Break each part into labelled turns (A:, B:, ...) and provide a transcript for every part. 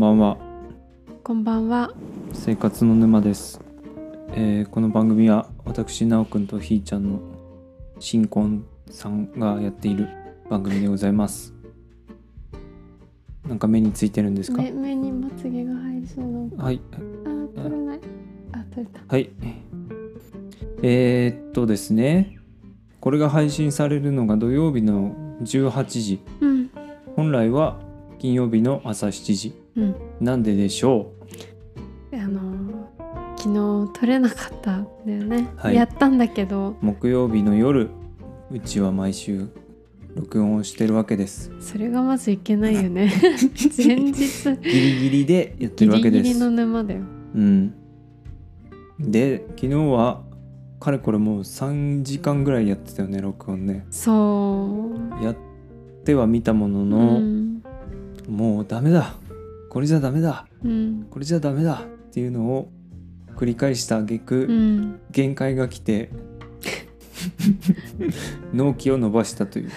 A: ばんは
B: こんばんは。
A: 生活の沼です、えーこの番組は私なおくんとひーちゃんの新婚さんがやっている番組でございますなんか目についてるんですか、
B: 目目にまつげが入りそうな。
A: はい
B: あ、取れない。あ、取れた。
A: はいえー、っとですねこれが配信されるのが土曜日の18時
B: うん。
A: 本来は金曜日の朝7時
B: うん。
A: なんででしょ
B: あのー昨日取れなかったんだよね。
A: はい
B: やったんだけど、
A: う木曜日の夜うちは毎週録音をしてるわけです
B: それがまずいけない よね。前日。
A: ギリギリでやって
B: ギ
A: るわ
B: リ
A: け
B: ギ
A: です
B: リの沼だよ。
A: うん、で昨日はかれこれもう3時間ぐらいやってたよね録音ね
B: そう。
A: やっては見たもの
B: う
A: の、
B: ん。
A: もうダメだこれじゃダメだ
B: うん。
A: これじゃダメだっていうのを繰り返した挙句、
B: うん。
A: 限界が来 て納期を伸ばしたという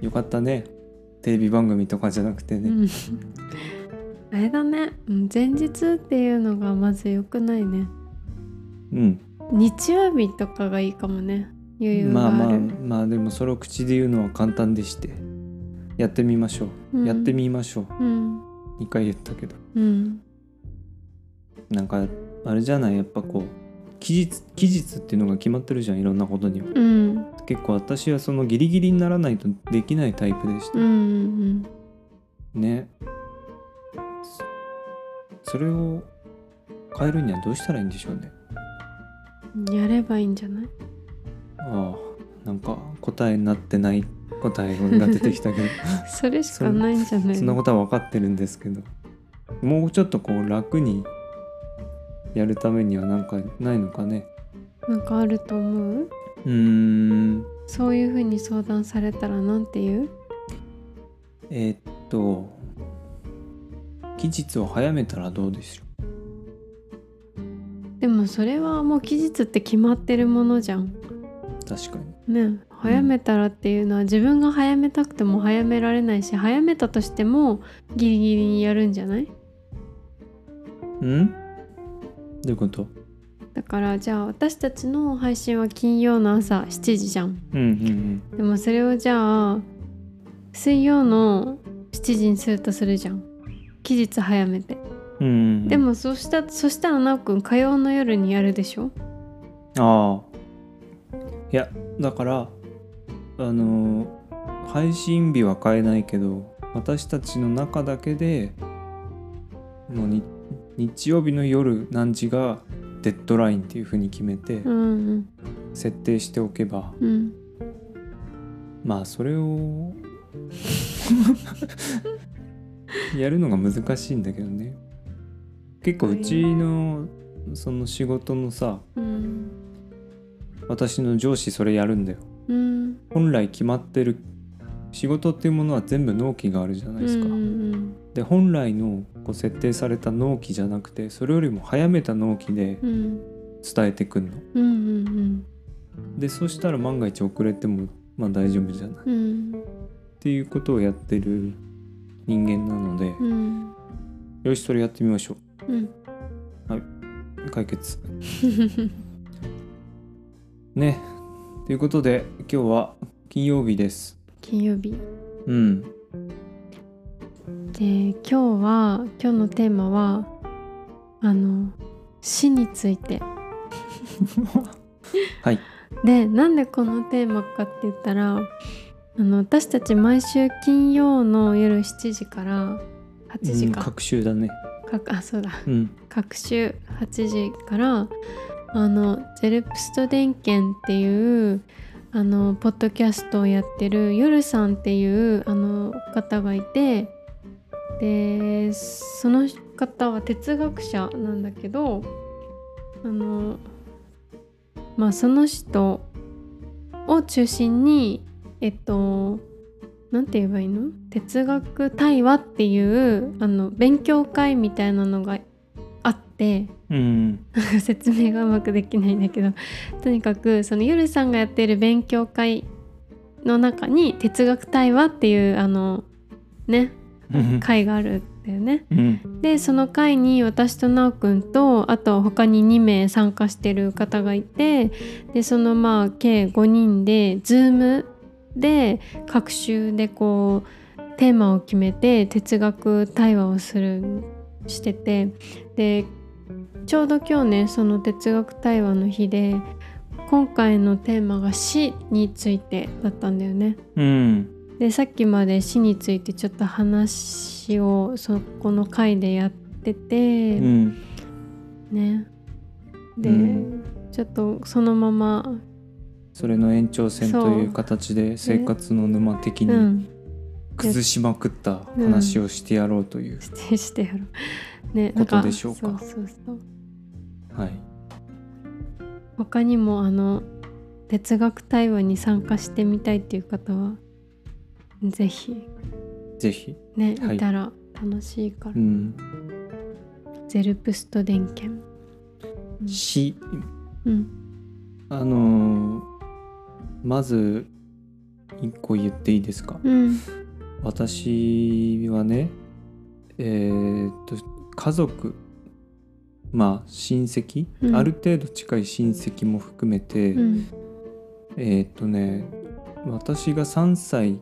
A: よかったねテレビ番組とかじゃなくて
B: う
A: ね、
B: ん。あれだね。うん前日っていうのがまず良くないね。
A: うん、
B: 日曜日とかがいいかもね。余裕
A: ま
B: が
A: あ
B: ある。
A: まあまあでもそれを口で言うのは簡単でしてやってみましょう、
B: うん
A: やって。みましょう
B: うん。
A: 2回言ったけど
B: うん。
A: なんかあれじゃないやっぱこう期日期日っていうのが決まってるじゃんいろんなことには
B: うん
A: 結構私はそのギリギリにならないとできないタイプでし
B: うんう
A: た、
B: ん
A: ねそそれを変えるにはどうしたらいいんでしょうね
B: うんやればいいんじゃない
A: ああなんか答えになってない答えが出てき たけど
B: それしかないんじゃない
A: そんなことは分かってるんですけどもうちょっとこう楽にやるためにはなんかないのかね
B: なんかあると思う
A: うーん
B: そういうふうに相談されたらなんて言う
A: えーっと期日を早めたらどうでしょ
B: でもそれはもう期日って決まってるものじゃん
A: う確かに
B: ね早めたらっていうのは自分が早めたくても早められないし早めたとしてもギリギリにやるんじゃない
A: うんどういうこと
B: だからじゃあ私たちの配信は金曜の朝7時じゃん
A: うんうん
B: でもそれをじゃあ水曜の7時にするとするじゃん期日早めて
A: うんうんうん
B: でもそしたそしたらなおくん火曜の夜にやるでしょ
A: ああいやだからあのー配信日は変えないけど私たちの中だけでもうに日曜日の夜何時がデッドラインっていう風に決めて
B: うん
A: 設定しておけば、
B: うんうん
A: まあそれ をやるのが難しいんだけどね結構うちのその仕事のさ
B: うん
A: 私の上司それやるんだよ
B: うん
A: 本来決まってる仕事っていうものは全部納期があるじゃないですか、
B: うん
A: で本来のこう設定された納期じゃなくてそれよりも早めた納期で
B: うん
A: 伝えてくんの
B: うんうん
A: でそしたら万が一遅れてもまあ大丈夫じゃないっ
B: うんうん
A: ていうことをやってる人間なので、
B: うん
A: よしそれやってみましょ
B: うん
A: う解 決ねということで今日は金曜日です
B: 金曜日
A: うん
B: で今日は今日のテーマはあの死につい て
A: はい
B: でなんでこのテーマかって言ったらあの私たち毎週金曜の夜7時から8時
A: うん
B: か,、
A: 隔週だね
B: かあそうだ
A: うん
B: 各週8時からあのゼルプストデンケンっていうあのポッドキャストをやってるヨルさんっていうあの方がいてでその方は哲学者なんだけどあのまあその人を中心にえっとなんて言えばいいの哲学対話っていうあの勉強会みたいなのがあって
A: うん
B: なんか説明がうまくできないんだけどとにかくそのゆるさんがやっている勉強会の中に哲学対話っていうあのね会があるんだだよね。
A: うん
B: でその会に私となおくんとあと他に2名参加してる方がいてでそのまあ計5人で Zoom で各週でこうテーマを決めて哲学対話をするしててでちょうど今日ねその哲学対話の日で今回のテーマが死についてだったんだよね。
A: うん
B: でさっきまで死についてちょっと話をそこの回でやってて、
A: うん
B: ねで、
A: うん
B: ちょっとそのまま、
A: それの延長線とい
B: そう
A: う形で生活の沼的
B: う
A: に
B: ん、
A: 崩しまくった話をしてやろうという、
B: してしてやろう。ねなん
A: ことでしょうか
B: そうそうそう
A: はい
B: 他にもあの哲学対話に参加してみたいっていう方はぜひ
A: ぜひ
B: ね、
A: はい
B: い、たら楽しいから、
A: うん
B: ゼルプスト電源うん
A: 死
B: うん
A: あのーまず一個言っていいですか
B: うん
A: 私はねえーっと家族まあ親戚、
B: うん
A: ある程度近い親戚も含めて、
B: うん
A: えーっとね私が3歳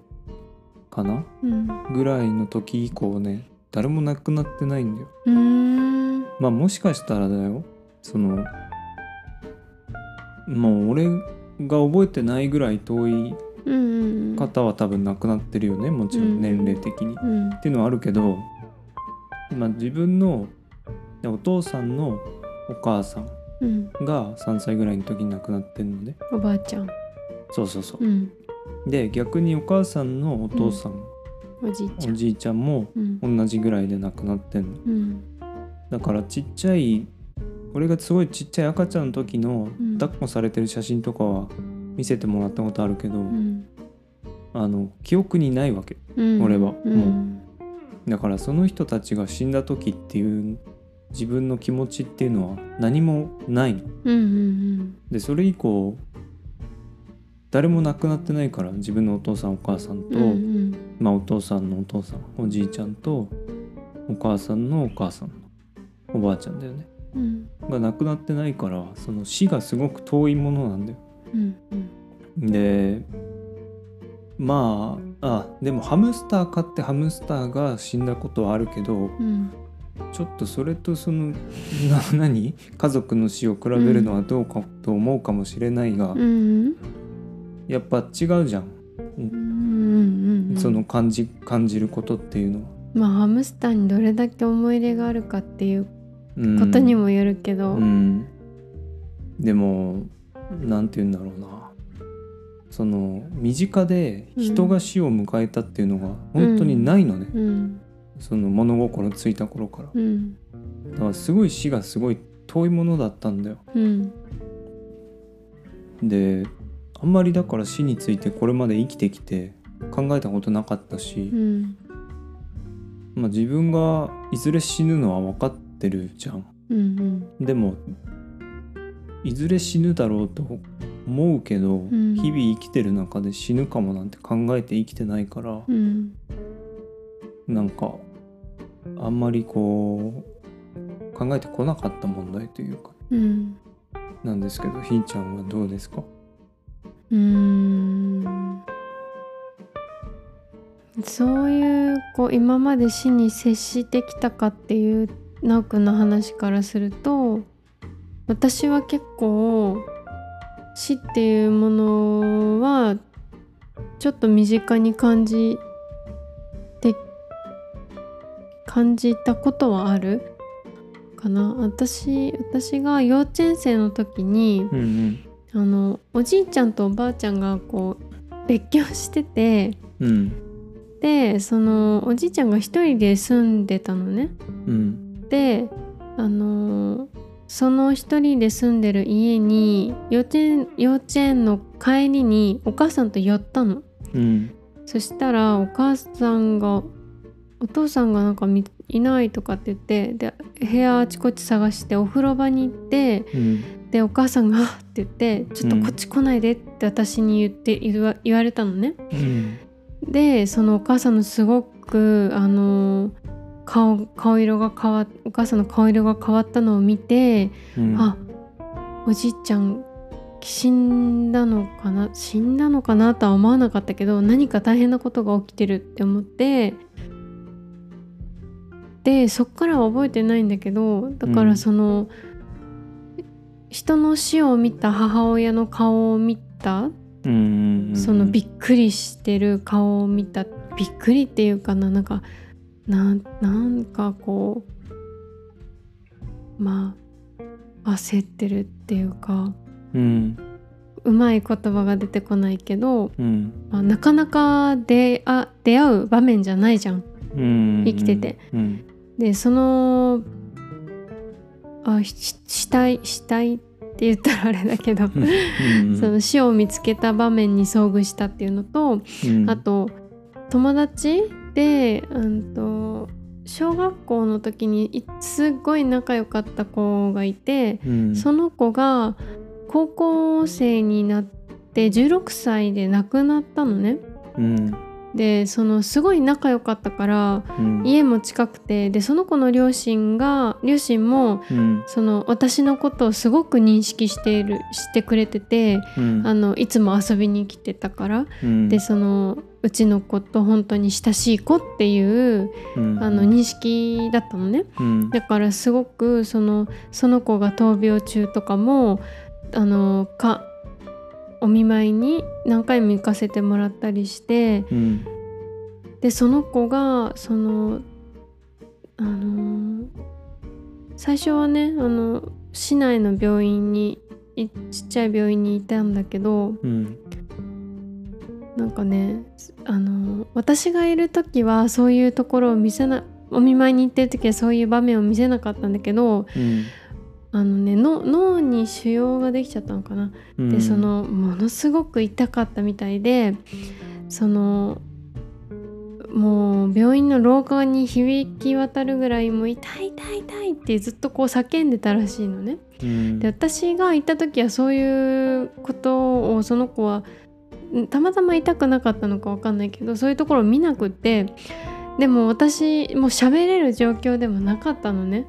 A: かな
B: うん
A: ぐらいの時以降ね誰も亡くなってないんだよ
B: うーん
A: まあもしかしたらだよそのもう俺が覚えてないぐらい遠い
B: うんうんうん
A: 方は多分亡くなってるよねもちろ
B: うん
A: ん年齢的に、っ
B: うん
A: ていうのはあるけど、まあ、自分のお父さんのお母さん
B: うん、
A: が3歳ぐらいの時に亡くなってるのね
B: おばあちゃん、
A: そうそうそう
B: う、ん、
A: で逆にお母さんのお父さん、
B: おじいちゃ
A: お
B: ん、
A: じいちゃんも
B: うん、
A: 同じぐらいで亡くなってんの
B: うん、
A: だからちっちゃい俺がすごいちっちゃい赤ちゃんの時の
B: うん
A: 抱っこされてる写真とかは見せてもらったことあるけど、
B: うん、
A: あの記憶にないわけ
B: うん、
A: 俺は
B: うん、
A: だからその人たちが死んだ時っていう自分の気持ちっていうのは何もないの
B: うん、うん、
A: でそれ以降誰も亡くなってないから自分のお父さんお母さん
B: うん、
A: と、
B: うん、うん、
A: まあ、お父さんのお父さんおじいちゃんとお母さんのお母さんのおばあちゃんだよね
B: うん、
A: が亡くなってないからその死がすごく遠いものなんだよ
B: うん、
A: でまああでもハムスター飼ってハムスターが死んだことはあるけど
B: うん、
A: ちょっとそれとそのな何家族の死を比べるのはどうかと思うかもしれないが、
B: うん、
A: やっぱ違うじゃん、
B: うん、うん、
A: その感じ感じることっていうのは。
B: まあハムスターにどれだけ思い入れがあるかっていう
A: うん
B: ことにもよるけど、
A: う、ん、でもなんて言うんだろうなその身近で人が死を迎えたっていうのが本当にないのね、
B: うん、
A: その物心ついた頃から
B: うん、
A: だからすごい死がすごい遠いものだったんだよ
B: うん、
A: であんまりだから死についてこれまで生きてきて考えたことなかったし、
B: うん、
A: まあ、自分がいずれ死ぬのは分かってるじゃん
B: うん、
A: でもいずれ死ぬだろうと思うけど、
B: ん
A: 日々生きてる中で死ぬかもなんて考えて生きてないから、
B: うん、
A: なんかあんまりこう考えてこなかった問題というか
B: うん。
A: なんですけどひーちゃんはどうですか
B: うーんそういうこう今まで死に接してきたかっていうなおくんの話からすると私は結構死っていうものはちょっと身近に感じて感じたことはあるかな私私が幼稚園生の時に、
A: うん
B: あのおじいちゃんとおばあちゃんがこう別居してて
A: うんうん
B: でそのおじいちゃんが一人で住んでたのね。
A: うん
B: であのその一人で住んでる家に幼稚園幼稚園の帰りにお母さんと寄ったの。
A: うん
B: そしたらお母さんがお父さんがなんかみいないとかって言ってで部屋あちこち探してお風呂場に行って
A: うん
B: でお母さんが「あっ」って言って「ちょっとこっち来ないで」って私に言って言わ言われたのね。
A: うん
B: でそのお母さんのすごくあの顔顔色が変わっお母さんの顔色が変わったのを見て、
A: うん
B: あおじいちゃん死んだのかな死んだのかなとは思わなかったけど何か大変なことが起きてるって思ってでそっからは覚えてないんだけどだか
A: うん
B: らその、人の死を見た母親の顔を見た
A: うんうんうん
B: そのびっくりしてる顔を見たびっくりっていうかななんかなんなんかこうまあ焦ってるっていうか
A: うん
B: うまい言葉が出てこないけど、
A: うん
B: まあ、なかなか出あ出会う場面じゃないじゃん。
A: うん
B: 生きてて
A: うん
B: でそのあし死体死体って言ったらあれだけど、
A: うんうん
B: その死を見つけた場面に遭遇したっていうのと、
A: うん
B: あと友達で、うん、と小学校の時にいすっごい仲良かった子がいて、
A: うん
B: その子が高校生になって16歳で亡くなったのね。
A: うん
B: でそのすごい仲良かったから
A: うん
B: 家も近くてでその子の両親が両親も
A: うん
B: その私のことをすごく認識しているしてくれてて
A: うん
B: あのいつも遊びに来てたから
A: うん
B: でそのうちの子と本当に親しい子っていう
A: うん
B: あの認識だったのね
A: うん
B: だからすごくそのその子が闘病中とかもあのかお見舞いに何回も行かせてもらったりして
A: うん
B: でその子がそのあの最初はねあの市内の病院にいちっちゃい病院にいたんだけど
A: うん
B: なんかねあの私がいる時はそういうところを見せなお見舞いに行ってる時はそういう場面を見せなかったんだけど
A: うん
B: あのねの脳に腫瘍ができちゃったのかな、
A: うん
B: でそのものすごく痛かったみたいでそのもう病院の廊下に響き渡るぐらいもう痛い痛い痛いってずっとこう叫んでたらしいのね。
A: うん
B: で私が行った時はそういうことをその子はんたまたま痛くなかったのかわかんないけどそういうところを見なくってでも私もう喋れる状況でもなかったのね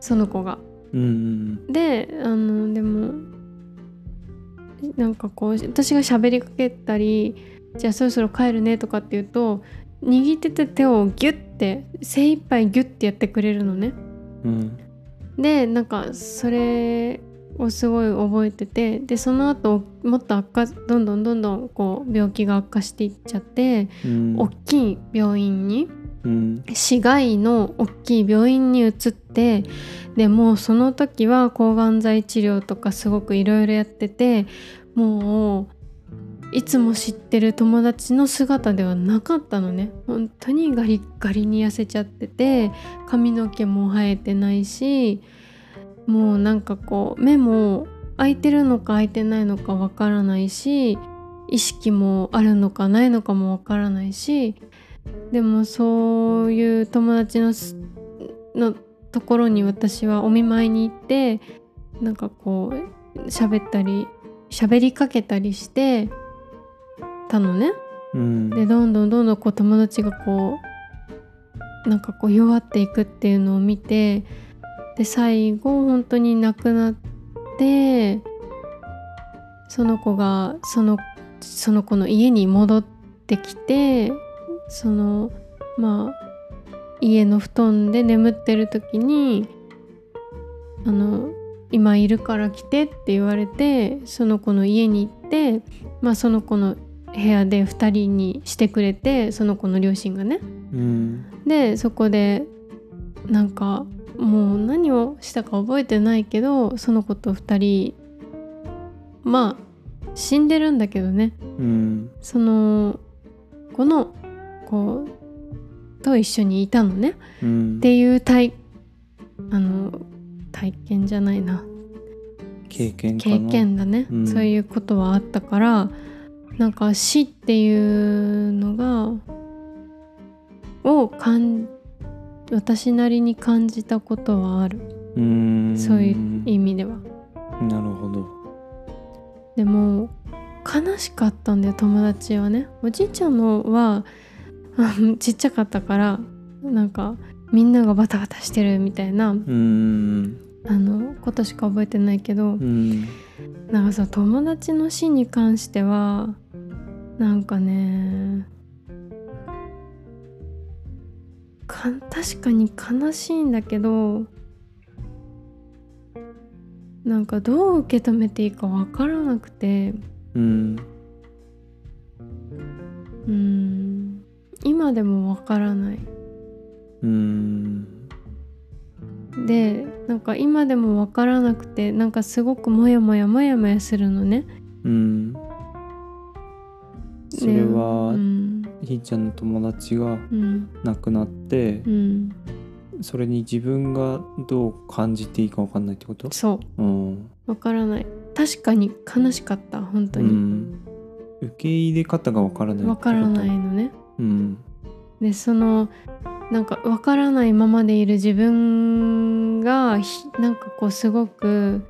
B: その子が。
A: うん
B: であのでもなんかこう私が喋りかけたり「じゃあそろそろ帰るね」とかって言うと握ってた手をギュッて精一杯ギュッてやってくれるのね。
A: うん
B: でなんかそれをすごい覚えててでその後もっと悪化どんどんどんどんこう病気が悪化していっちゃって、
A: うん
B: 大きい病院に
A: うん
B: 市外の大きい病院に移ってでもうその時は抗がん剤治療とかすごくいろいろやっててもういつも知ってる友達の姿ではなかったのね本当にガリッガリに痩せちゃってて髪の毛も生えてないしもうなんかこう目も開いてるのか開いてないのかわからないし意識もあるのかないのかもわからないしでもそういう友達のすのところに私はお見舞いに行ってなんかこう喋ったり喋りかけたりしてたのね。
A: うん
B: でどんどんどんどんこう友達がこうなんかこう弱っていくっていうのを見てで最後本当に亡くなってその子がそのその子の家に戻ってきてそのまあ家の布団で眠ってる時に「あの今いるから来て」って言われてその子の家に行って、まあ、その子の部屋で2人にしてくれてその子の両親がね
A: うん
B: でそこでなんかもう何をしたか覚えてないけどその子と2人まあ死んでるんだけどね
A: うん
B: その子のこうと一緒にいたのね
A: うん
B: っていう体あの体験じゃないな
A: 経験かな
B: 経験だね、
A: うん
B: そういうことはあったからなんか死っていうのがを感私なりに感じたことはある
A: うん
B: そういう意味では
A: なるほど
B: でも悲しか ったんだよ友達はねおじいちゃんのはあのちっちゃかったからなんかみんながバタバタしてるみたいな
A: うん
B: あのことしか覚えてないけど
A: うん
B: なんかさ友達の死に関してはなんかねかん確かに悲しいんだけどなんかどう受け止めていいかわからなくて
A: うん
B: うん今でもわからない
A: うん
B: でなんか今でもわからなくてなんかすごくモヤモヤモヤモヤするのね
A: うんそれ
B: う
A: は
B: ん
A: ひーちゃんの友達が
B: うん
A: 亡くなって
B: うん
A: それに自分がどう感じていいか分かんないってこと
B: そう
A: うん
B: わからない確かに悲しかった本当
A: う
B: に
A: ん受け入れ方が分からないって
B: わ
A: こと
B: からないのね
A: うん
B: でそのなんかわからないままでいる自分がひなんかこうすごく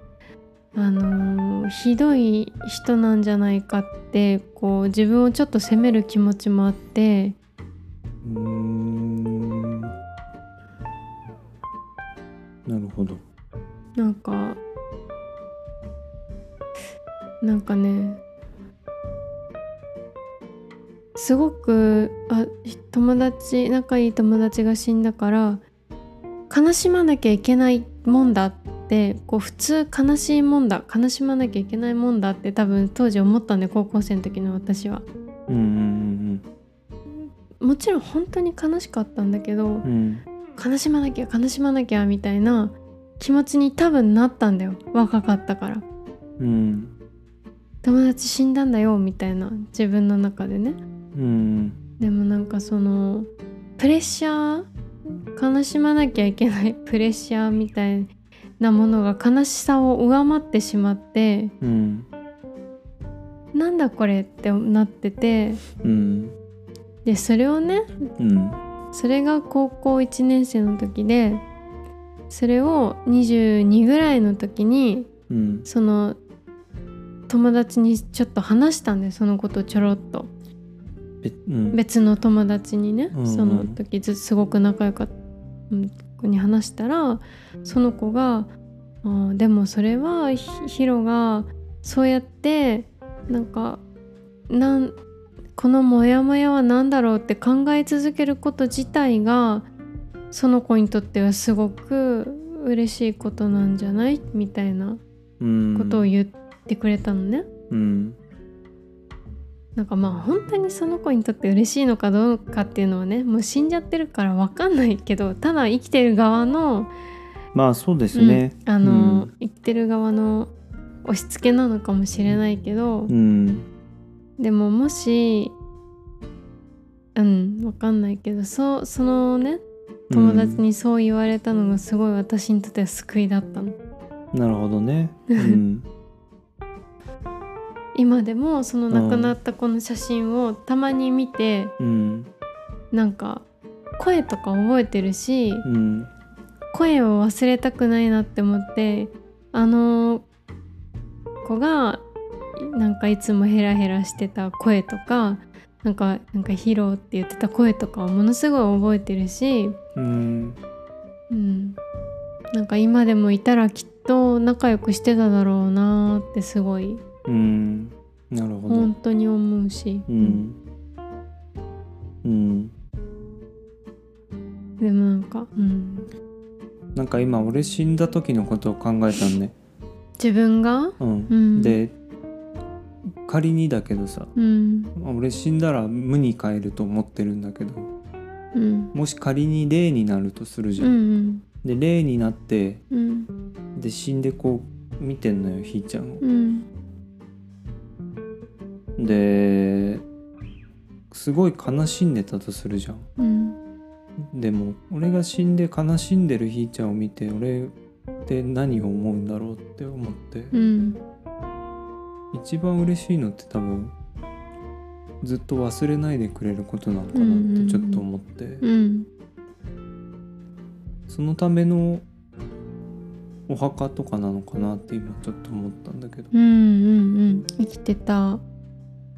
B: あのーひどい人なんじゃないかってこう自分をちょっと責める気持ちもあって
A: うーんなるほど
B: なんかなんかねすごくあ友達仲いい友達が死んだから悲しまなきゃいけないもんだってこう普通悲しいもんだ悲しまなきゃいけないもんだって多分当時思ったんで高校生の時の私は
A: うんうん
B: もちろん本当に悲しかったんだけど
A: うんうん
B: 悲しまなきゃ悲しまなきゃみたいな気持ちに多分なったんだよ若かったから
A: うん
B: 友達死んだんだよみたいな自分の中でね
A: うん
B: でもなんかそのプレッシャー悲しまなきゃいけない プレッシャーみたいなものが悲しさを上回ってしまって
A: うん
B: なんだこれってなってて
A: うん
B: でそれをね
A: うん
B: それが高校1年生の時でそれを22ぐらいの時に
A: うん
B: その友達にちょっと話したんでそのことをちょろっと。
A: べうん
B: 別の友達にね、
A: うん
B: その時ずすごく仲良かったうん子に話したらその子が「あーでもそれはひヒロがそうやってなんかなんこのモヤモヤは何だろうって考え続けること自体がその子にとってはすごく嬉しいことなんじゃないみたいな
A: うん
B: ことを言ってくれたのね。
A: うん
B: なんかまあ本当にその子にとって嬉しいのかどうかっていうのはねもう死んじゃってるから分かんないけどただ生きてる側の
A: まあそうですね
B: うんあの、
A: うん
B: 生きてる側の押し付けなのかもしれないけど、
A: うん
B: でももしうん分かんないけどそうそのね友達にそう言われたのがすごい私にとっては救いだったの。
A: なるほどねうん
B: 今でもその亡く
A: うん
B: なった子の写真をたまに見て、
A: うん
B: なんか声とか覚えてるし、
A: うん
B: 声を忘れたくないなって思ってあの子がなんかいつもヘラヘラしてた声とかなんかなんかヒロって言ってた声とかをものすごい覚えてるし、
A: うん
B: うん、なんか今でもいたらきっと仲良くしてただろうなーってすごい
A: うんなるほど
B: 本当に思うし、
A: うんうん
B: でもなんか、うん、
A: なんか今俺死んだ時のことを考えたんね
B: 自分が、
A: うん
B: うん、
A: で仮にだけどさ
B: うん
A: 俺死んだら無に帰ると思ってるんだけど
B: うん
A: もし仮に霊になるとするじ
B: う
A: ゃん、
B: ん
A: で霊になって
B: うん
A: で死んでこう見てんのよひーちゃんを
B: う、ん
A: ですごい悲しんでたとするじゃん
B: うん
A: でも俺が死んで悲しんでるひーちゃんを見て俺って何を思うんだろうって思って、
B: うん
A: 一番嬉しいのって多分ずっと忘れないでくれることなのか
B: うんうん
A: な
B: う
A: っ
B: ん
A: てちょっと思って、
B: うん
A: そのためのお墓とかなのかなって今ちょっと思ったんだけど、
B: うんうんうん生きてた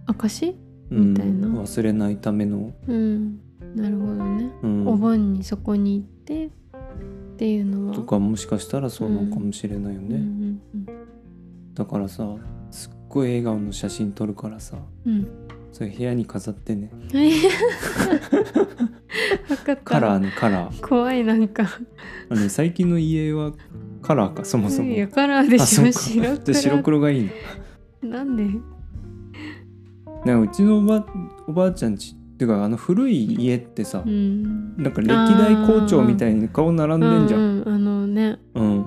B: 証
A: うん
B: みたいな
A: 忘れないための
B: うんなるほどね、
A: うん、
B: お盆にそこに行ってっていうのは
A: とかもしかしたらそうなのかもしれないよね、
B: うんうん
A: だからさすっごい笑顔の写真撮るからさ
B: うんうん
A: それ部屋に飾ってね
B: はい わかった
A: カラーねカ ラー
B: 怖いなんか
A: あの最近の家はカラーかそもそも
B: いやカラーで
A: あ
B: し
A: そう
B: ょ
A: か
B: 白
A: じゃあ白
B: 黒
A: 黒がいい
B: なんで
A: ななんかうちのおばおばあちゃんちっていうかあの古い家ってさ、
B: うん
A: なんか歴代校長みたいに顔並んでんじゃん。
B: うんうんあのね
A: うん、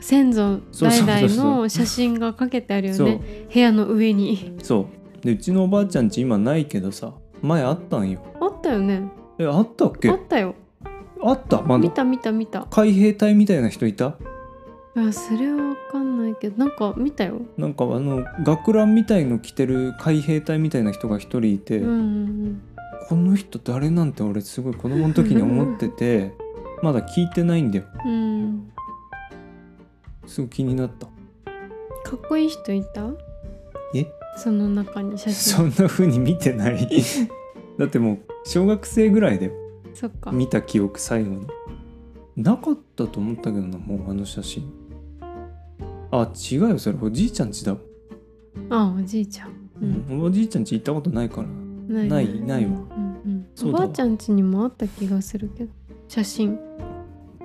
B: 先祖
A: そうそうそうそう
B: 代々の写真がかけてあるよ
A: そう
B: ね部屋の上 に
A: そうでうちのおばあちゃんち今ないけどさ前あったんよ。
B: あったよね
A: えあったっけ
B: あ
A: あ
B: ったよ
A: ったま
B: 見
A: だ
B: た見た見た
A: 海兵隊みたいな人いた
B: あそれはわかんないけどなんか見たよ
A: なんかあの学ランみたいの着てる海兵隊みたいな人が一人いて、
B: うんうん
A: この人誰なんて俺すごい子供の時に思って てまだ聞いてないんだよ
B: うんうん
A: すごい気になった
B: かっこいい人いた
A: え
B: その中に写真
A: そんな風に見てない だってもう小学生ぐらいだよ
B: そっか
A: 見た記憶最後になかったと思ったけどなもうあの写真あ違うよそれおじいちゃん家だわ、
B: あおじいちゃんうん
A: おじいちゃん家行ったことないから
B: ない
A: ないないわ
B: うんう
A: そ
B: ん、
A: う
B: お
A: だわ
B: ばあちゃん家にもあった気がするけど写真、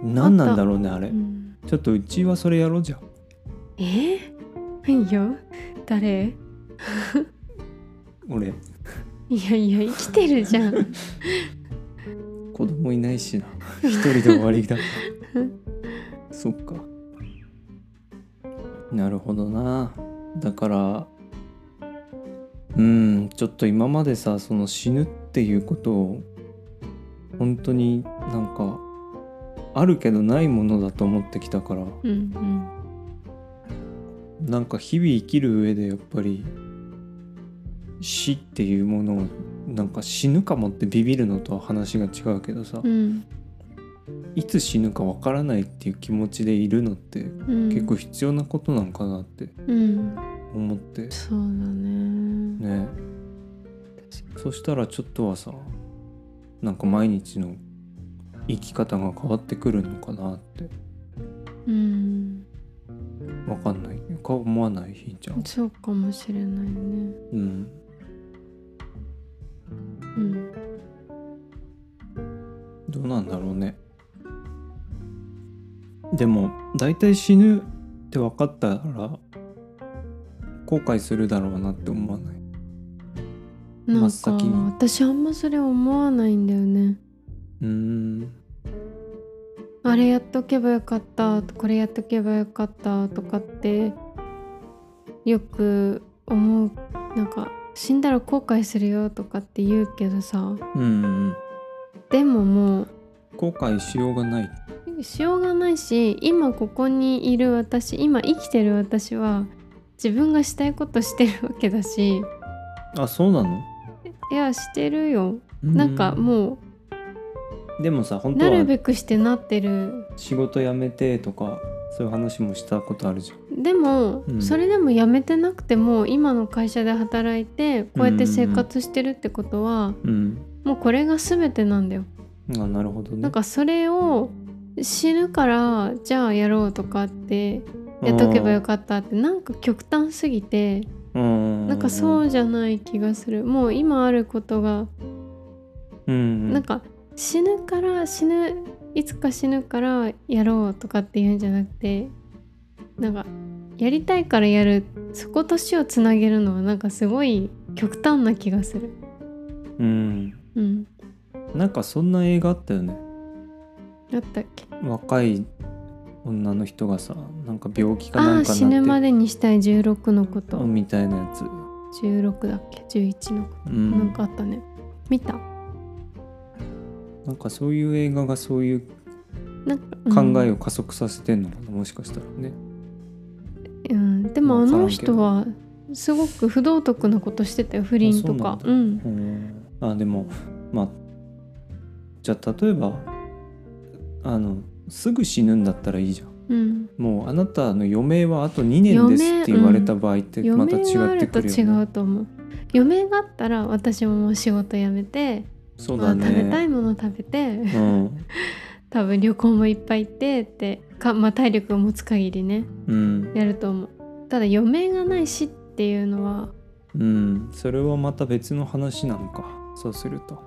A: 何なんだろうねあれ
B: うん、
A: ちょっとうちはそれやろうじゃん
B: えー、何よ誰
A: 俺
B: いやいや生きてるじ ゃん
A: 子供いないしな一人で終わりだそっかなるほどなだからうんちょっと今までさその死ぬっていうことを本当になんかあるけどないものだと思ってきたから
B: うん
A: なんか日々生きる上でやっぱり死っていうものをなんか死ぬかもってビビるのとは話が違うけどさ、
B: うんうん
A: いつ死ぬかわからないっていう気持ちでいるのって
B: うん
A: 結構必要なことなんかなって
B: うん
A: 思って
B: そうだね
A: ねそしたらちょっとはさなんか毎日の生き方が変わってくるのかなって
B: うん
A: わかんないか思わないひんちゃん
B: そうかもしれないね
A: うん
B: うん
A: どうなんだろうねでも大体死ぬって分かったら後悔するだろうなって思わない
B: な
A: 真っ
B: んか
A: 先に
B: 私あんまそれ思わないんだよね
A: うーん
B: あれやっとけばよかったこれやっとけばよかったとかってよく思うなんか死んだら後悔するよとかって言うけどさ
A: うんうん
B: でもも
A: 後悔しようがないう
B: しようがないし今ここにいる私今生きてる私は自分がしたいことしてるわけだし
A: あそうなの
B: いやしてるよなんか
A: う
B: も
A: でもさ
B: う
A: 本当
B: なる
A: は
B: べくしてなってる
A: 仕事辞めてとかそういう話もしたことあるじゃん
B: でも、
A: うん
B: それでも辞めてなくても今の会社で働いてこうやって生活してるってことは、
A: うん
B: もうこれが全てなんだよ。
A: あなるほどね
B: なんかそれを死ぬからじゃあやろうとかってやっとけばよかったってなんか極端すぎて
A: うん
B: なんかそうじゃない気がするもう今あることが
A: うん
B: なんか死ぬから死ぬいつか死ぬからやろうとかっていうんじゃなくてなんかやりたいからやるそこと死をつなげるのはなんかすごい極端な気がする。
A: うん
B: うん、
A: なんかそんな映画あったよね
B: あったっけ
A: 若い女の人がさなんか病気か
B: ああ
A: なん
B: ー
A: か
B: 死
A: にな
B: ぬま
A: って
B: でにしたい16のこと、
A: みたいなやつ
B: 16だっけ11のこ
A: う
B: と、
A: ん
B: なんかあったね見た
A: なんかそういう映画がそういう
B: なんか、うん
A: 考えを加速させてんのかな、もしかしたらね
B: うん、でもあ
A: わからん
B: の
A: けど
B: 人はすごく不道徳なことしてたよ不倫と
A: あ
B: か
A: そううんんあでもまあじゃあ例えばあのすぐ死ぬんだったらいいじゃん
B: うん
A: もうあなたの余命はあと2年ですって言われた場合って
B: 余
A: また
B: 命が
A: 違
B: あ
A: って
B: ると
A: くる
B: 違
A: よね
B: うと思う余命があったら私ももう仕事辞めて
A: そう
B: まあ
A: だね
B: 食べたいもの食べて、
A: うん
B: 多分旅行もいっぱい行ってってか、まあ、体力を持つ限りね
A: うん
B: やると思うただ余命がないしっていうのは
A: うんそれはまた別の話なのかそうすると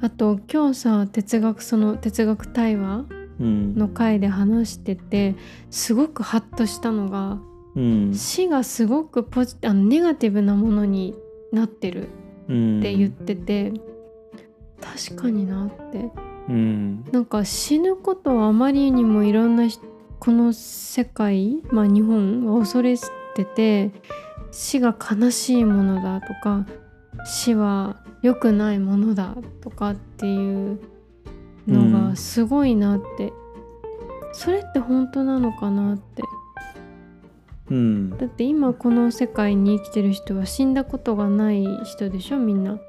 B: あと今日さ哲学その哲学対話
A: うん
B: の回で話しててすごくハッとしたのが
A: うん
B: 死がすごくポジあのネガティブなものになってる
A: うん
B: って言ってて、確かになって
A: うん
B: なんか死ぬことはあまりにもいろんな人この世界、まあ、日本は恐れてて死が悲しいものだとか死は良くないものだとかっていうの
A: う
B: が
A: ん
B: すごいなって、それって本当なのかなって
A: うん
B: だって今この世界に生きてる人は死んだことがない人でしょみんな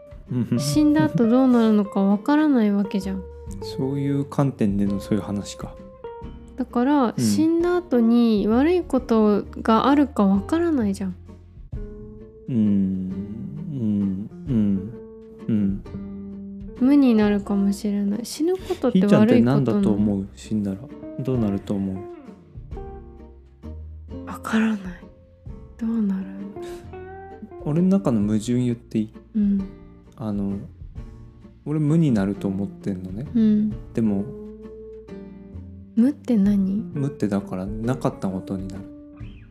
B: 死んだ後どうなるのかわからないわけじゃん
A: そういう観点でのそういう話か
B: だから、
A: うん
B: 死んだ後に悪いことがあるかわからないじゃん
A: うんうんうんうん
B: 無になるかもしれない死ぬことっ
A: ひ
B: て
A: ーちゃんっ
B: 悪
A: て
B: いこ
A: 何
B: と
A: だ
B: な
A: と
B: の
A: 思う死んだらどうなると思う
B: わからないどうなる
A: 俺の中の矛盾言っていい
B: うん
A: あの俺無になると思ってんのね
B: うん
A: でも
B: 無って何
A: 無ってだからなかったことになる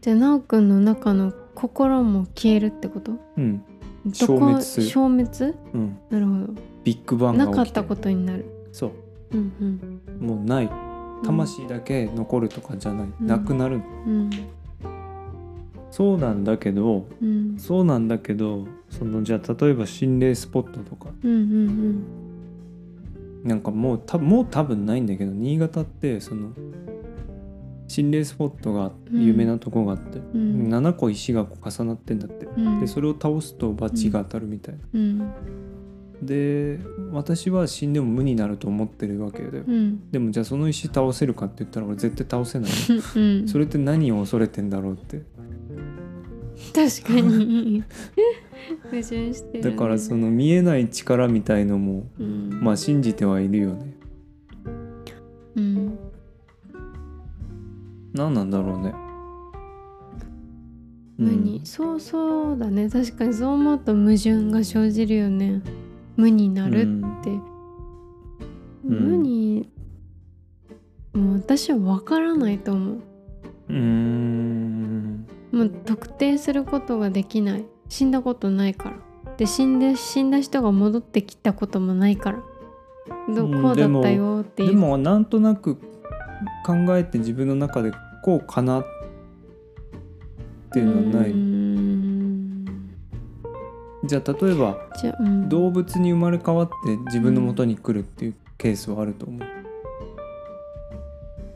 B: じゃあ奈くんの中の心も消えるってこと
A: うん
B: どこ
A: 消滅する
B: 消滅
A: うん
B: なるほ
A: ビッグバ
B: ど
A: ンが
B: な
A: 起きて
B: かったことになる
A: そ
B: うんうん
A: うもうない
B: うん
A: 魂だけ残るとかじゃない、
B: うん
A: なくなる
B: うん
A: そうなんだけど
B: うん
A: そうなんだけどそのじゃあ例えば心霊スポットとか
B: うんうん
A: なんかもうたもう多分ないんだけど新潟ってその心霊スポットが
B: うん
A: 有名なとこがあって、
B: うんうん
A: 7個石がこう重なってんだって、
B: うん
A: でそれを倒すとバチが当たるみたいな、
B: うん
A: で私は死んでも無になると思ってるわけだよ、
B: うん
A: でもじゃあその石倒せるかって言ったら俺絶対倒せない
B: うん
A: それって何を恐れてんだろうって
B: 確かに 矛盾してるね
A: だからその見えない力みたいのも
B: うん
A: まあ信じてはいるよね
B: うん
A: 何なんだろうね
B: 無に、そうそうだね確かにそう思うと矛盾が生じるよね無にな
A: うん
B: るって、
A: うん
B: 無にもう私は分からないと思
A: うーん
B: うもう特定することができない死んだことないからで死んで死んだ人が戻ってきたこともないからど
A: うん
B: こうだ
A: で
B: っ
A: も
B: たよっていう
A: でもなんとなく考えて自分の中でこうかなっていうのはな
B: う
A: い
B: ーん
A: じゃあ例えば
B: じゃあ、うん、
A: 動物に生まれ変わって自分の元に来るっていうケースはあると思う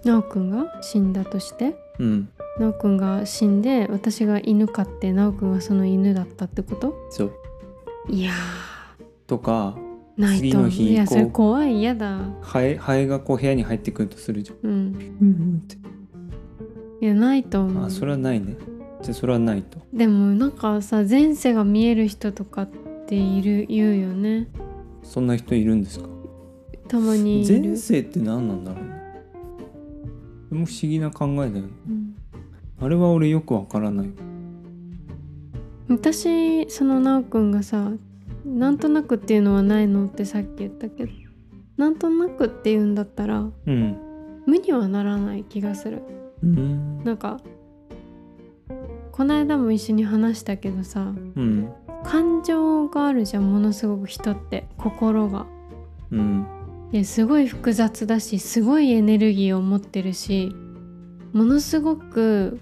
B: なおくんが死んだとして
A: うん
B: なおくんが死んで私が犬飼ってなおくんがその犬だったってこと
A: そう
B: いや
A: とか
B: ーないと思う
A: 次の日
B: いやそれ
A: こう
B: 怖い嫌だ
A: ハエハエがこう部屋に入ってくるとするじゃん
B: うん
A: うんって
B: いやないと思
A: あ
B: う
A: それはないねじゃあそれはないと
B: でもなんかさ前世が見える人とかっている言うよね
A: そんな人いるんですか
B: たまにいる
A: 前世って何なんだろうねでも不思議な考えだよね
B: うん
A: あれは俺よくわからない
B: 私そのなおくんがさなんとなくっていうのはないのってさっき言ったけどなんとなくっていうんだったら
A: うん
B: 無にはならない気がする
A: うん
B: なんかこの間も一緒に話したけどさ
A: うん
B: 感情があるじゃんものすごく人って心が。
A: うん
B: ですごい複雑だしすごいエネルギーを持ってるしものすごく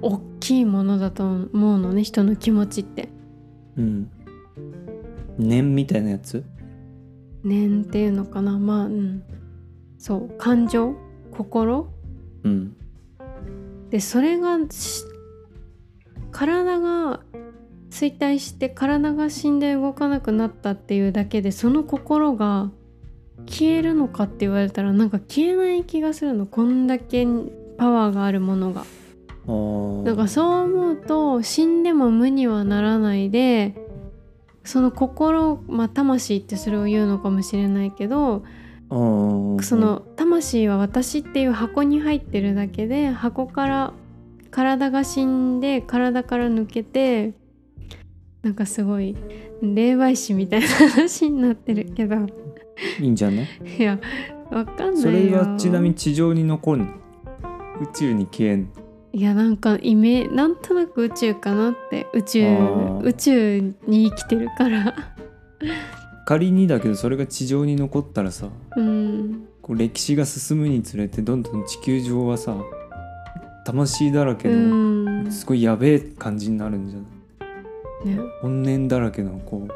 B: 大きいものだと思うのね人の気持ちって。
A: うん念みたいなやつ
B: 念っていうのかなまあうんそう感情心
A: うん
B: でそれがし体が衰退して体が死んで動かなくなったっていうだけでその心が消えるのかって言われたらなんか消えない気がするのこんだけパワーがあるものが。
A: ああ
B: だからそう思うと死んでも無にはならないでその心まあ魂ってそれを言うのかもしれないけど
A: あー
B: その魂は私っていう箱に入ってるだけで箱から体が死んで体から抜けてなんかすごい霊媒師みたいな話になってるけど
A: いいんじゃない
B: いやわかんないよ
A: それはちなみに地上に残るの宇宙に消えん
B: いやなんかイメなんとなく宇宙かなって宇宙
A: あー
B: 宇宙に生きてるから
A: 仮にだけどそれが地上に残ったらさ
B: うん
A: こう歴史が進むにつれてどんどん地球上はさ魂だらけ
B: う
A: の
B: んね
A: すごいやべえ感じになるんじゃない怨念だらけのこ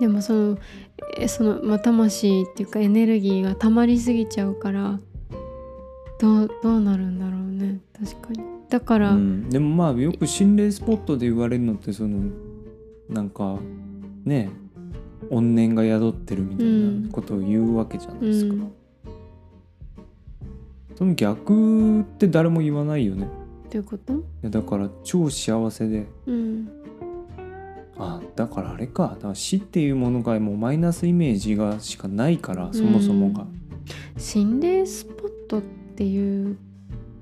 B: でもそのえその、まあ、魂っていうかエネルギーが溜まりすぎちゃうからどうどうなるんだろうね確かにだか
A: う、う
B: ら、
A: ん、でもまあよく心霊スポットで言われるのってそのなんかね怨念が宿ってるみたいなことを言うわけじゃないですか、
B: うん
A: その逆って誰も言わないよね
B: どういうこと
A: いやだから超幸せで
B: うん
A: あだからあれかだから死っていうものがもうマイナスイメージがしかないからそもそもが
B: う、ん心霊スポットっていう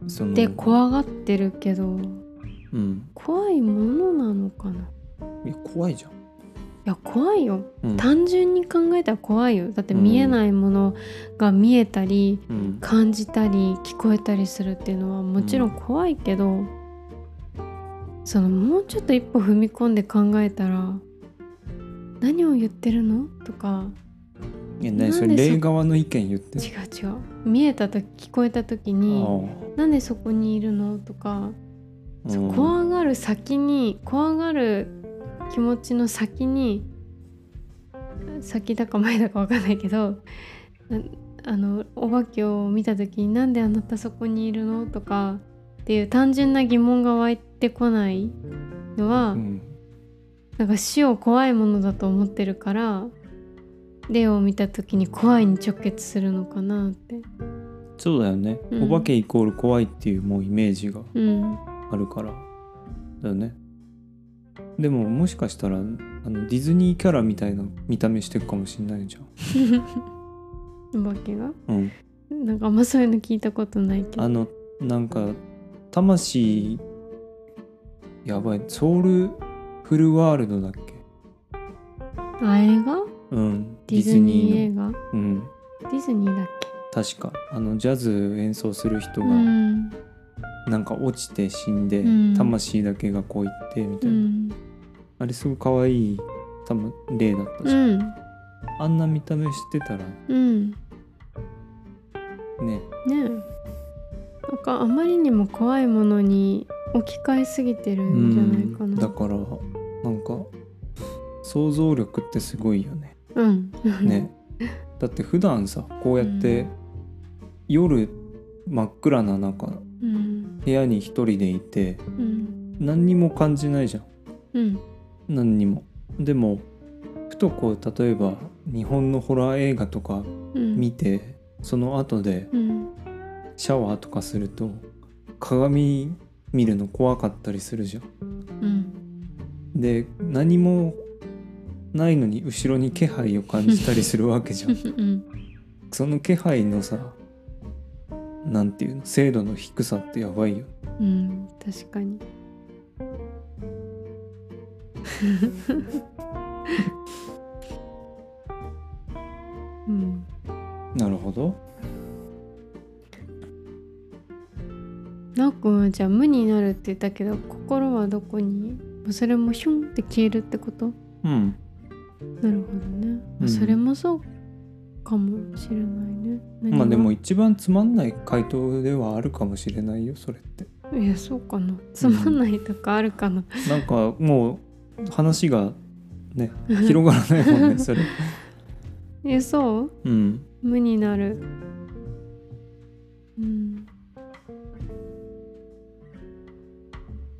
A: その
B: で怖がってるけど
A: うん、
B: 怖いものなのかない
A: や怖いじゃん、
B: や怖いよ
A: うん
B: 単純に考えたら怖いよだって見えないものが見えたり、
A: うん
B: 感じたり聞こえたりするっていうのはもちろん怖いけど、そのもうちょっと一歩踏み込んで考えたら何を言ってるのとか
A: いや何そ
B: なん
A: れ
B: でそ
A: 霊側の意見言って
B: 違う違う見えた時聞こえた時
A: あ
B: に
A: あ
B: なんでそこにいるのとか、そう
A: うん
B: 怖がる先に怖がる気持ちの先に先だか前だか分かんないけどなあのお化けを見た時になんであなたそこにいるのとかっていう単純な疑問が湧いてこないのは、
A: うん
B: なんか死を怖いものだと思ってるから霊を見た時に怖いに直結するのかなって。
A: そうだよね、
B: うん
A: お化けイコール怖いっていうもうイメージが
B: うん、
A: あるからだよねでももしかしたらあのディズニーキャラみたいな見た目してるかもしんないじ
B: お化けが
A: ゃん、うん、
B: なんかあんまそういうの聞いたことないけど。
A: あのなんか魂やばいソウルフルワールドだっけ
B: あ映画
A: うん
B: ディズニー映
A: の
B: 画
A: うん
B: ディズニーだっ
A: 確かあのジャズ演奏する人
B: け
A: が
B: うん
A: なんか落ちて死んで、
B: うん
A: 魂だけがこういってみ
B: う
A: たいな、
B: ん
A: あれすごい可愛い多分例だった
B: う
A: じゃん、
B: ん
A: あんな見た目してたら
B: うんね
A: ね
B: えなんかあまりにも怖いものに置き換えすぎてるんじゃないか
A: うん
B: な
A: だからなんか想像力ってすごいよ ね
B: うん
A: ねだって普段さこうやって、
B: うん
A: 夜真っ暗な中
B: うん
A: 部屋に一人でいて
B: うん
A: 何にも感じないじゃん
B: うん
A: 何にもでもふとこう例えば日本のホラー映画とか
B: うん
A: 見てその後で
B: うん
A: シャワーとかすると鏡見るの怖かったりするじゃん
B: うん
A: で何もないのに後ろに気配を感じたりするわけじゃ ん
B: うん
A: その気配のさなんていうの精度の低さってやばいよ
B: うん確かにうん
A: なるほど
B: なおくんはじゃあ無になるって言ったけど心はどこにもうそれもヒュンって消えるってこと
A: うん
B: なるほどね、
A: うん
B: それもそうかもしれないね何が
A: まあでも一番つまんない回答ではあるかもしれないよそれって
B: いやそうかなつまんないとかあるかな、
A: なんかもう話がね広がらないもんねそれ
B: えそう
A: うん
B: 無になるうん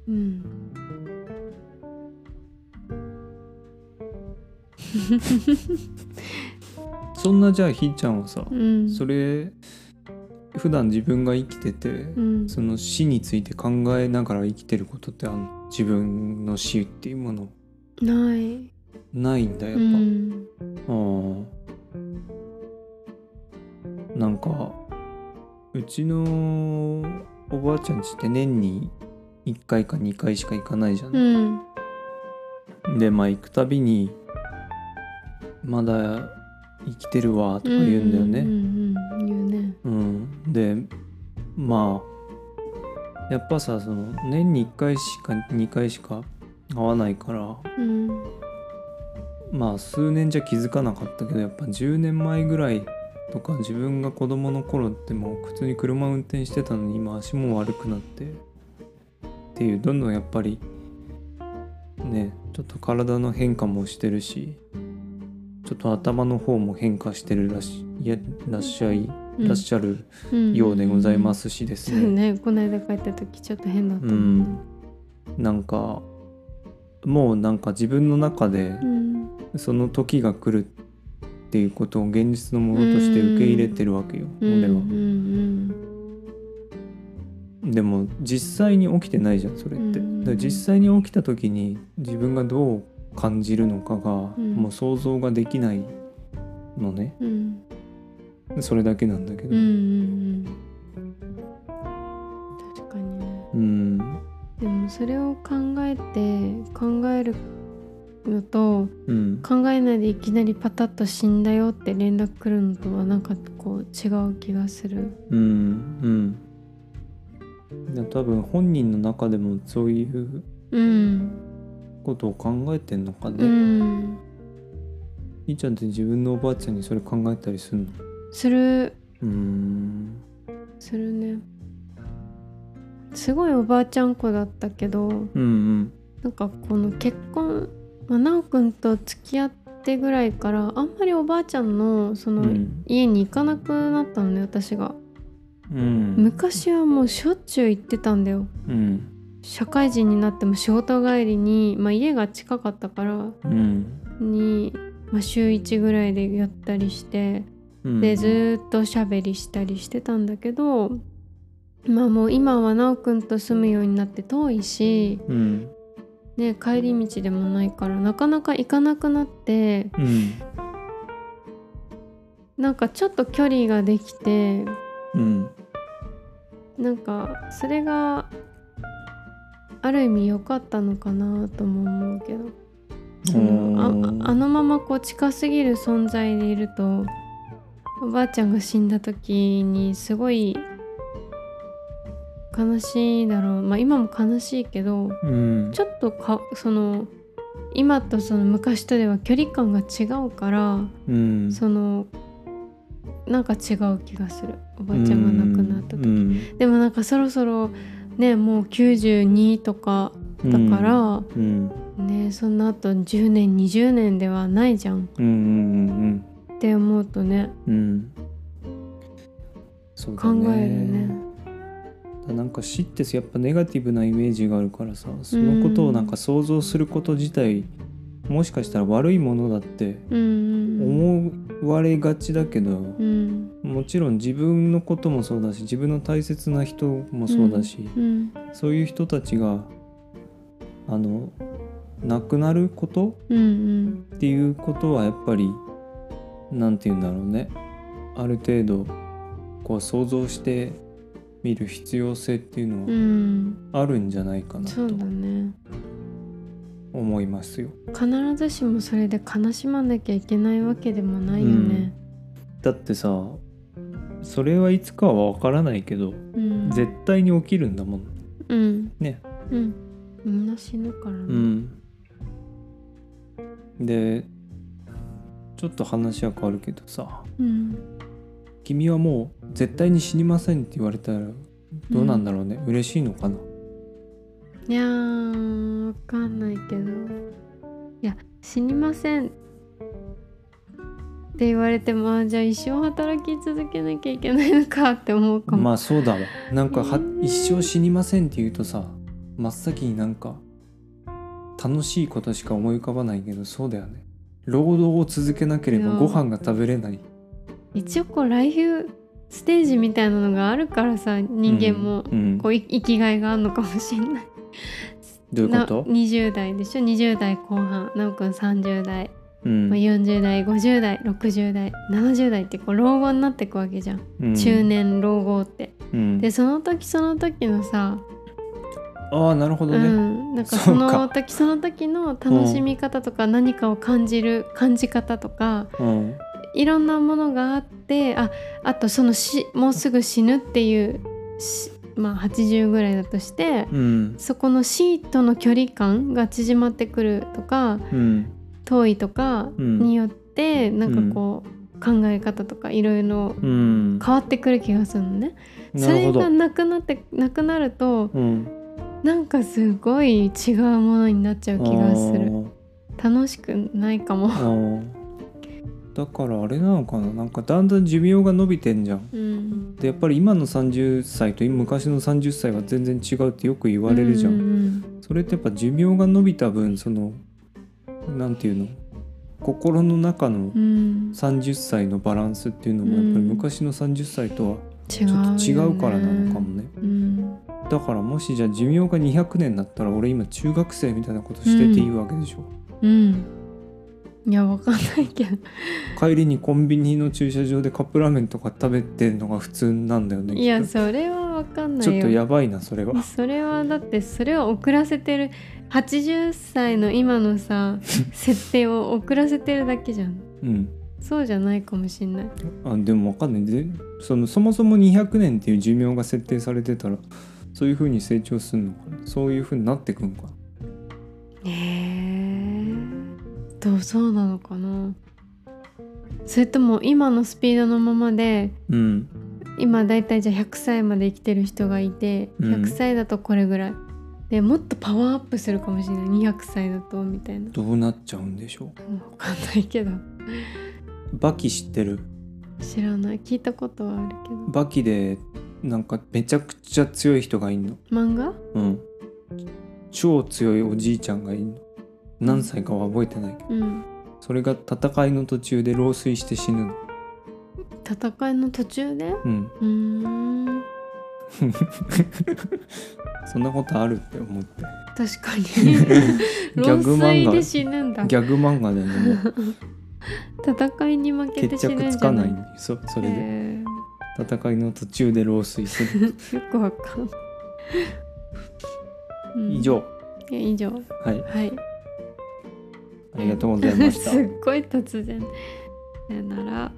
B: うん
A: そんなじゃあひーちゃんはさ、
B: うん
A: それ普段自分が生きてて、
B: うん
A: その死について考えながら生きてることってあんの自分の死っていうもの
B: ない
A: ないんだやっ
B: う
A: ぱ、
B: ん
A: うんなんかうちのおばあちゃんちって年に1回か2回しか行かないじゃ、
B: うんん
A: でまあ行くたびに「まだ生きてるわ」とか言うんだよね、
B: うんうんうん言うね
A: うん、でまあやっぱさその年に1回しか2回しか会わないから
B: うん
A: まあ数年じゃ気づかなかったけどやっぱ10年前ぐらいとか自分が子供の頃ってもう普通に車運転してたのに今足も悪くなってっていうどんどんやっぱりねちょっと体の変化もしてるしちょっと頭の方も変化してるらしいやらっしゃい
B: うん
A: らっしゃる
B: うん
A: ようでございますしです
B: そう
A: ね。
B: ねこの間帰った時ちょっと変だった
A: う
B: もん
A: ん、なんかもうなんか自分の中で
B: うん
A: その時が来るっていうことを現実のものとして受け入れてるわけよ、
B: うん
A: 俺は
B: うん。うん
A: でも実際に起きてないじゃんそれって。
B: うん
A: だから実際に起きた時に自分がどう感じるのかが、
B: うん
A: もう想像ができないのね
B: うん
A: それだけなんだけど。
B: うんうんうん確かにね
A: うん
B: でもそれを考えて考えるのと
A: うん
B: 考えないでいきなりパタッと死んだよって連絡来るのとはなんかこう違う気がする
A: うんうん、で多分本人の中でもそういう
B: うん
A: ことを考えてんのか
B: う
A: ね、
B: ん
A: いいちゃんって自分のおばあちゃんにそれ考えたりするの
B: する
A: うーん
B: するねすごいおばあちゃん子だったけど
A: うんうん
B: なんかこの結婚まあ奈くんと付き合ってぐらいからあんまりおばあちゃんのそうの、
A: ん
B: 家に行かなくなったのね私が
A: うん
B: 昔はもうしょっちゅう行ってたんだよ
A: うん
B: 社会人になっても仕事帰りに、まあ、家が近かったから
A: うん
B: に、まあ、週1ぐらいでやったりして
A: うん
B: でずーっとしゃべりしたりしてたんだけどまあもう今は奈くんと住むようになって遠いし、
A: うん
B: ね、帰り道でもないからなかなか行かなくなって
A: うん
B: なんかちょっと距離ができて
A: うん
B: なんかそれがある意味良かったのかなとも思うけどそのああのままこう近すぎる存在でいるとおばあちゃんが死んだ時にすごい悲しいだろうまあ今も悲しいけど
A: うん
B: ちょっとかその今とその昔とでは距離感が違うから
A: うん
B: そのなんか違う気がするおばあちゃんが亡くなった時
A: うん
B: でもなんかそろそろねもう92とかだから、
A: うん
B: ねそんな後10年20年ではないじゃん
A: うんうんうん
B: って思うとね
A: うんうんそうだ
B: 考えるね
A: なんか死ってやっぱネガティブなイメージがあるからさそのことをなんか想像すること自体もしかしたら悪いものだって
B: うんうん
A: 思われがちだけど、
B: うん
A: もちろん自分のこともそうだし自分の大切な人もそうだし、
B: うん
A: そういう人たちがあの亡くなること
B: うんうん
A: っていうことはやっぱり何て言うんだろうねある程度こう想像して見る必要性っていう
B: う
A: の
B: ん
A: はあるんじゃないかな
B: そ
A: と
B: うだね
A: 思いますよ。
B: 必ずしもそれで悲しまなきゃいけないわけでもないよね、
A: だってさそれはいつかは分からないけど
B: うん、
A: 絶対に起きるんだもん。
B: うん
A: ね
B: うんみんな死ぬからね、
A: うん、でちょっと話は変わるけどさ
B: うん
A: 「君はもう絶対に死にません」って言われたらどうなんだろうね、嬉しいのかない
B: やーわかんないけどいや死にませんって言われてもあじゃあ一生働き続けなきゃいけないのかって思うかも、
A: まあそうだわなんかは
B: うん
A: 一生死にませんって言うとさ真っ先になんか楽しいことしか思い浮かばないけどそうだよね労働を続けなけれ
B: い
A: ば
B: や
A: ご飯が食べれない
B: 一応こうライフステージみたいなのがあるからさ人間も
A: うんうん
B: こうい生きがいがあるのかもしれない。
A: どういう
B: な
A: こと
B: 20代でしょ20代後半なおくん30代、
A: うん
B: まあ、40代50代60代70代ってこう老後になってくわけじゃん、
A: うん
B: 中年老後って
A: うん
B: でその時その時のさ、
A: ああなるほど
B: う
A: ね、
B: ん、なんか
A: そ
B: そう
A: か
B: の時その時の楽しみ方とか何かを感じる感じ方とか
A: うん
B: いろんなものがあってああとそのしもうすぐ死ぬっていうしまあ80ぐらいだとして
A: うん
B: そこの死との距離感が縮まってくるとか
A: うん
B: 遠いとか
A: うん
B: によって、なんかこう考え方とかいろいろ
A: うん
B: 変わってくる気がするのね。そ
A: なる
B: れ
A: ほど
B: がなくなってなくなると
A: うん
B: なんかすごい違うものになっちゃう気がする楽しくないかも
A: あーあーだからあれなのかななんかだんだん寿命が伸びてんじゃん
B: うん
A: でやっぱり今の30歳と昔の30歳は全然違うってよく言われるじゃ、
B: うんん
A: それってやっぱ寿命が伸びた分そのなんていうの心の中の
B: うんうん
A: 30歳のバランスっていうのもやっぱり昔の30歳とは
B: 違
A: ち
B: う
A: ょ
B: よ
A: っ
B: ね
A: と違うからなのかもね
B: うん
A: だからもしじゃあ寿命が200年だったら俺今中学生みたいなことしてていいわけでしょ、
B: うんいやわかんないけど
A: 帰りにコンビニの駐車場でカップラーメンとか食べてるのが普通なんだよね
B: いや
A: きっ
B: それはわかん
A: と
B: ない
A: ち
B: よ
A: ょっとやばいなそれは
B: それはだってそれを遅らせてる80歳の今 のさ設定を遅らせてるだけじゃん
A: うん
B: そうじゃないかもしんない
A: あでもわかんないでそのそもそも200年っていう寿命が設定されてたらそういう風に成長するのかなそういう風になってくんかな
B: へえどうそうなのかなそれとも今のスピードのままで
A: うん
B: 今だいたいじゃあ100歳まで生きてる人がいて
A: うん
B: 100歳だとこれぐらい、でもっとパワーアップするかもしれない200歳だとみたいな
A: どうなっちゃうんでしょう
B: わかんないけど
A: バキ知ってる
B: 知らない聞いたことはあるけど
A: バキでなんかめちゃくちゃ強い人がいんの
B: 漫画
A: うん超強いおじいちゃんがいんの何歳かは覚えてないけど
B: うん
A: それが戦いの途中で老衰して死ぬの
B: 戦いの途中でう
A: うん
B: ーん
A: そんなことあるって思 って
B: 確かに
A: ギャ
B: 老
A: グ漫
B: 衰
A: 画
B: で死ぬんだ
A: ギャグ漫画だよねも う
B: 戦いに負けて
A: 決
B: 死ぬん
A: 着
B: じ
A: つ
B: ゃ
A: か
B: な
A: ないいんだよそうそれで
B: へ
A: 戦いの途中で老衰する
B: ーよくわかんない、うん
A: 以上
B: いや以上
A: はい
B: はい
A: ありがとうございまし
B: す
A: た
B: っごい突然さよなら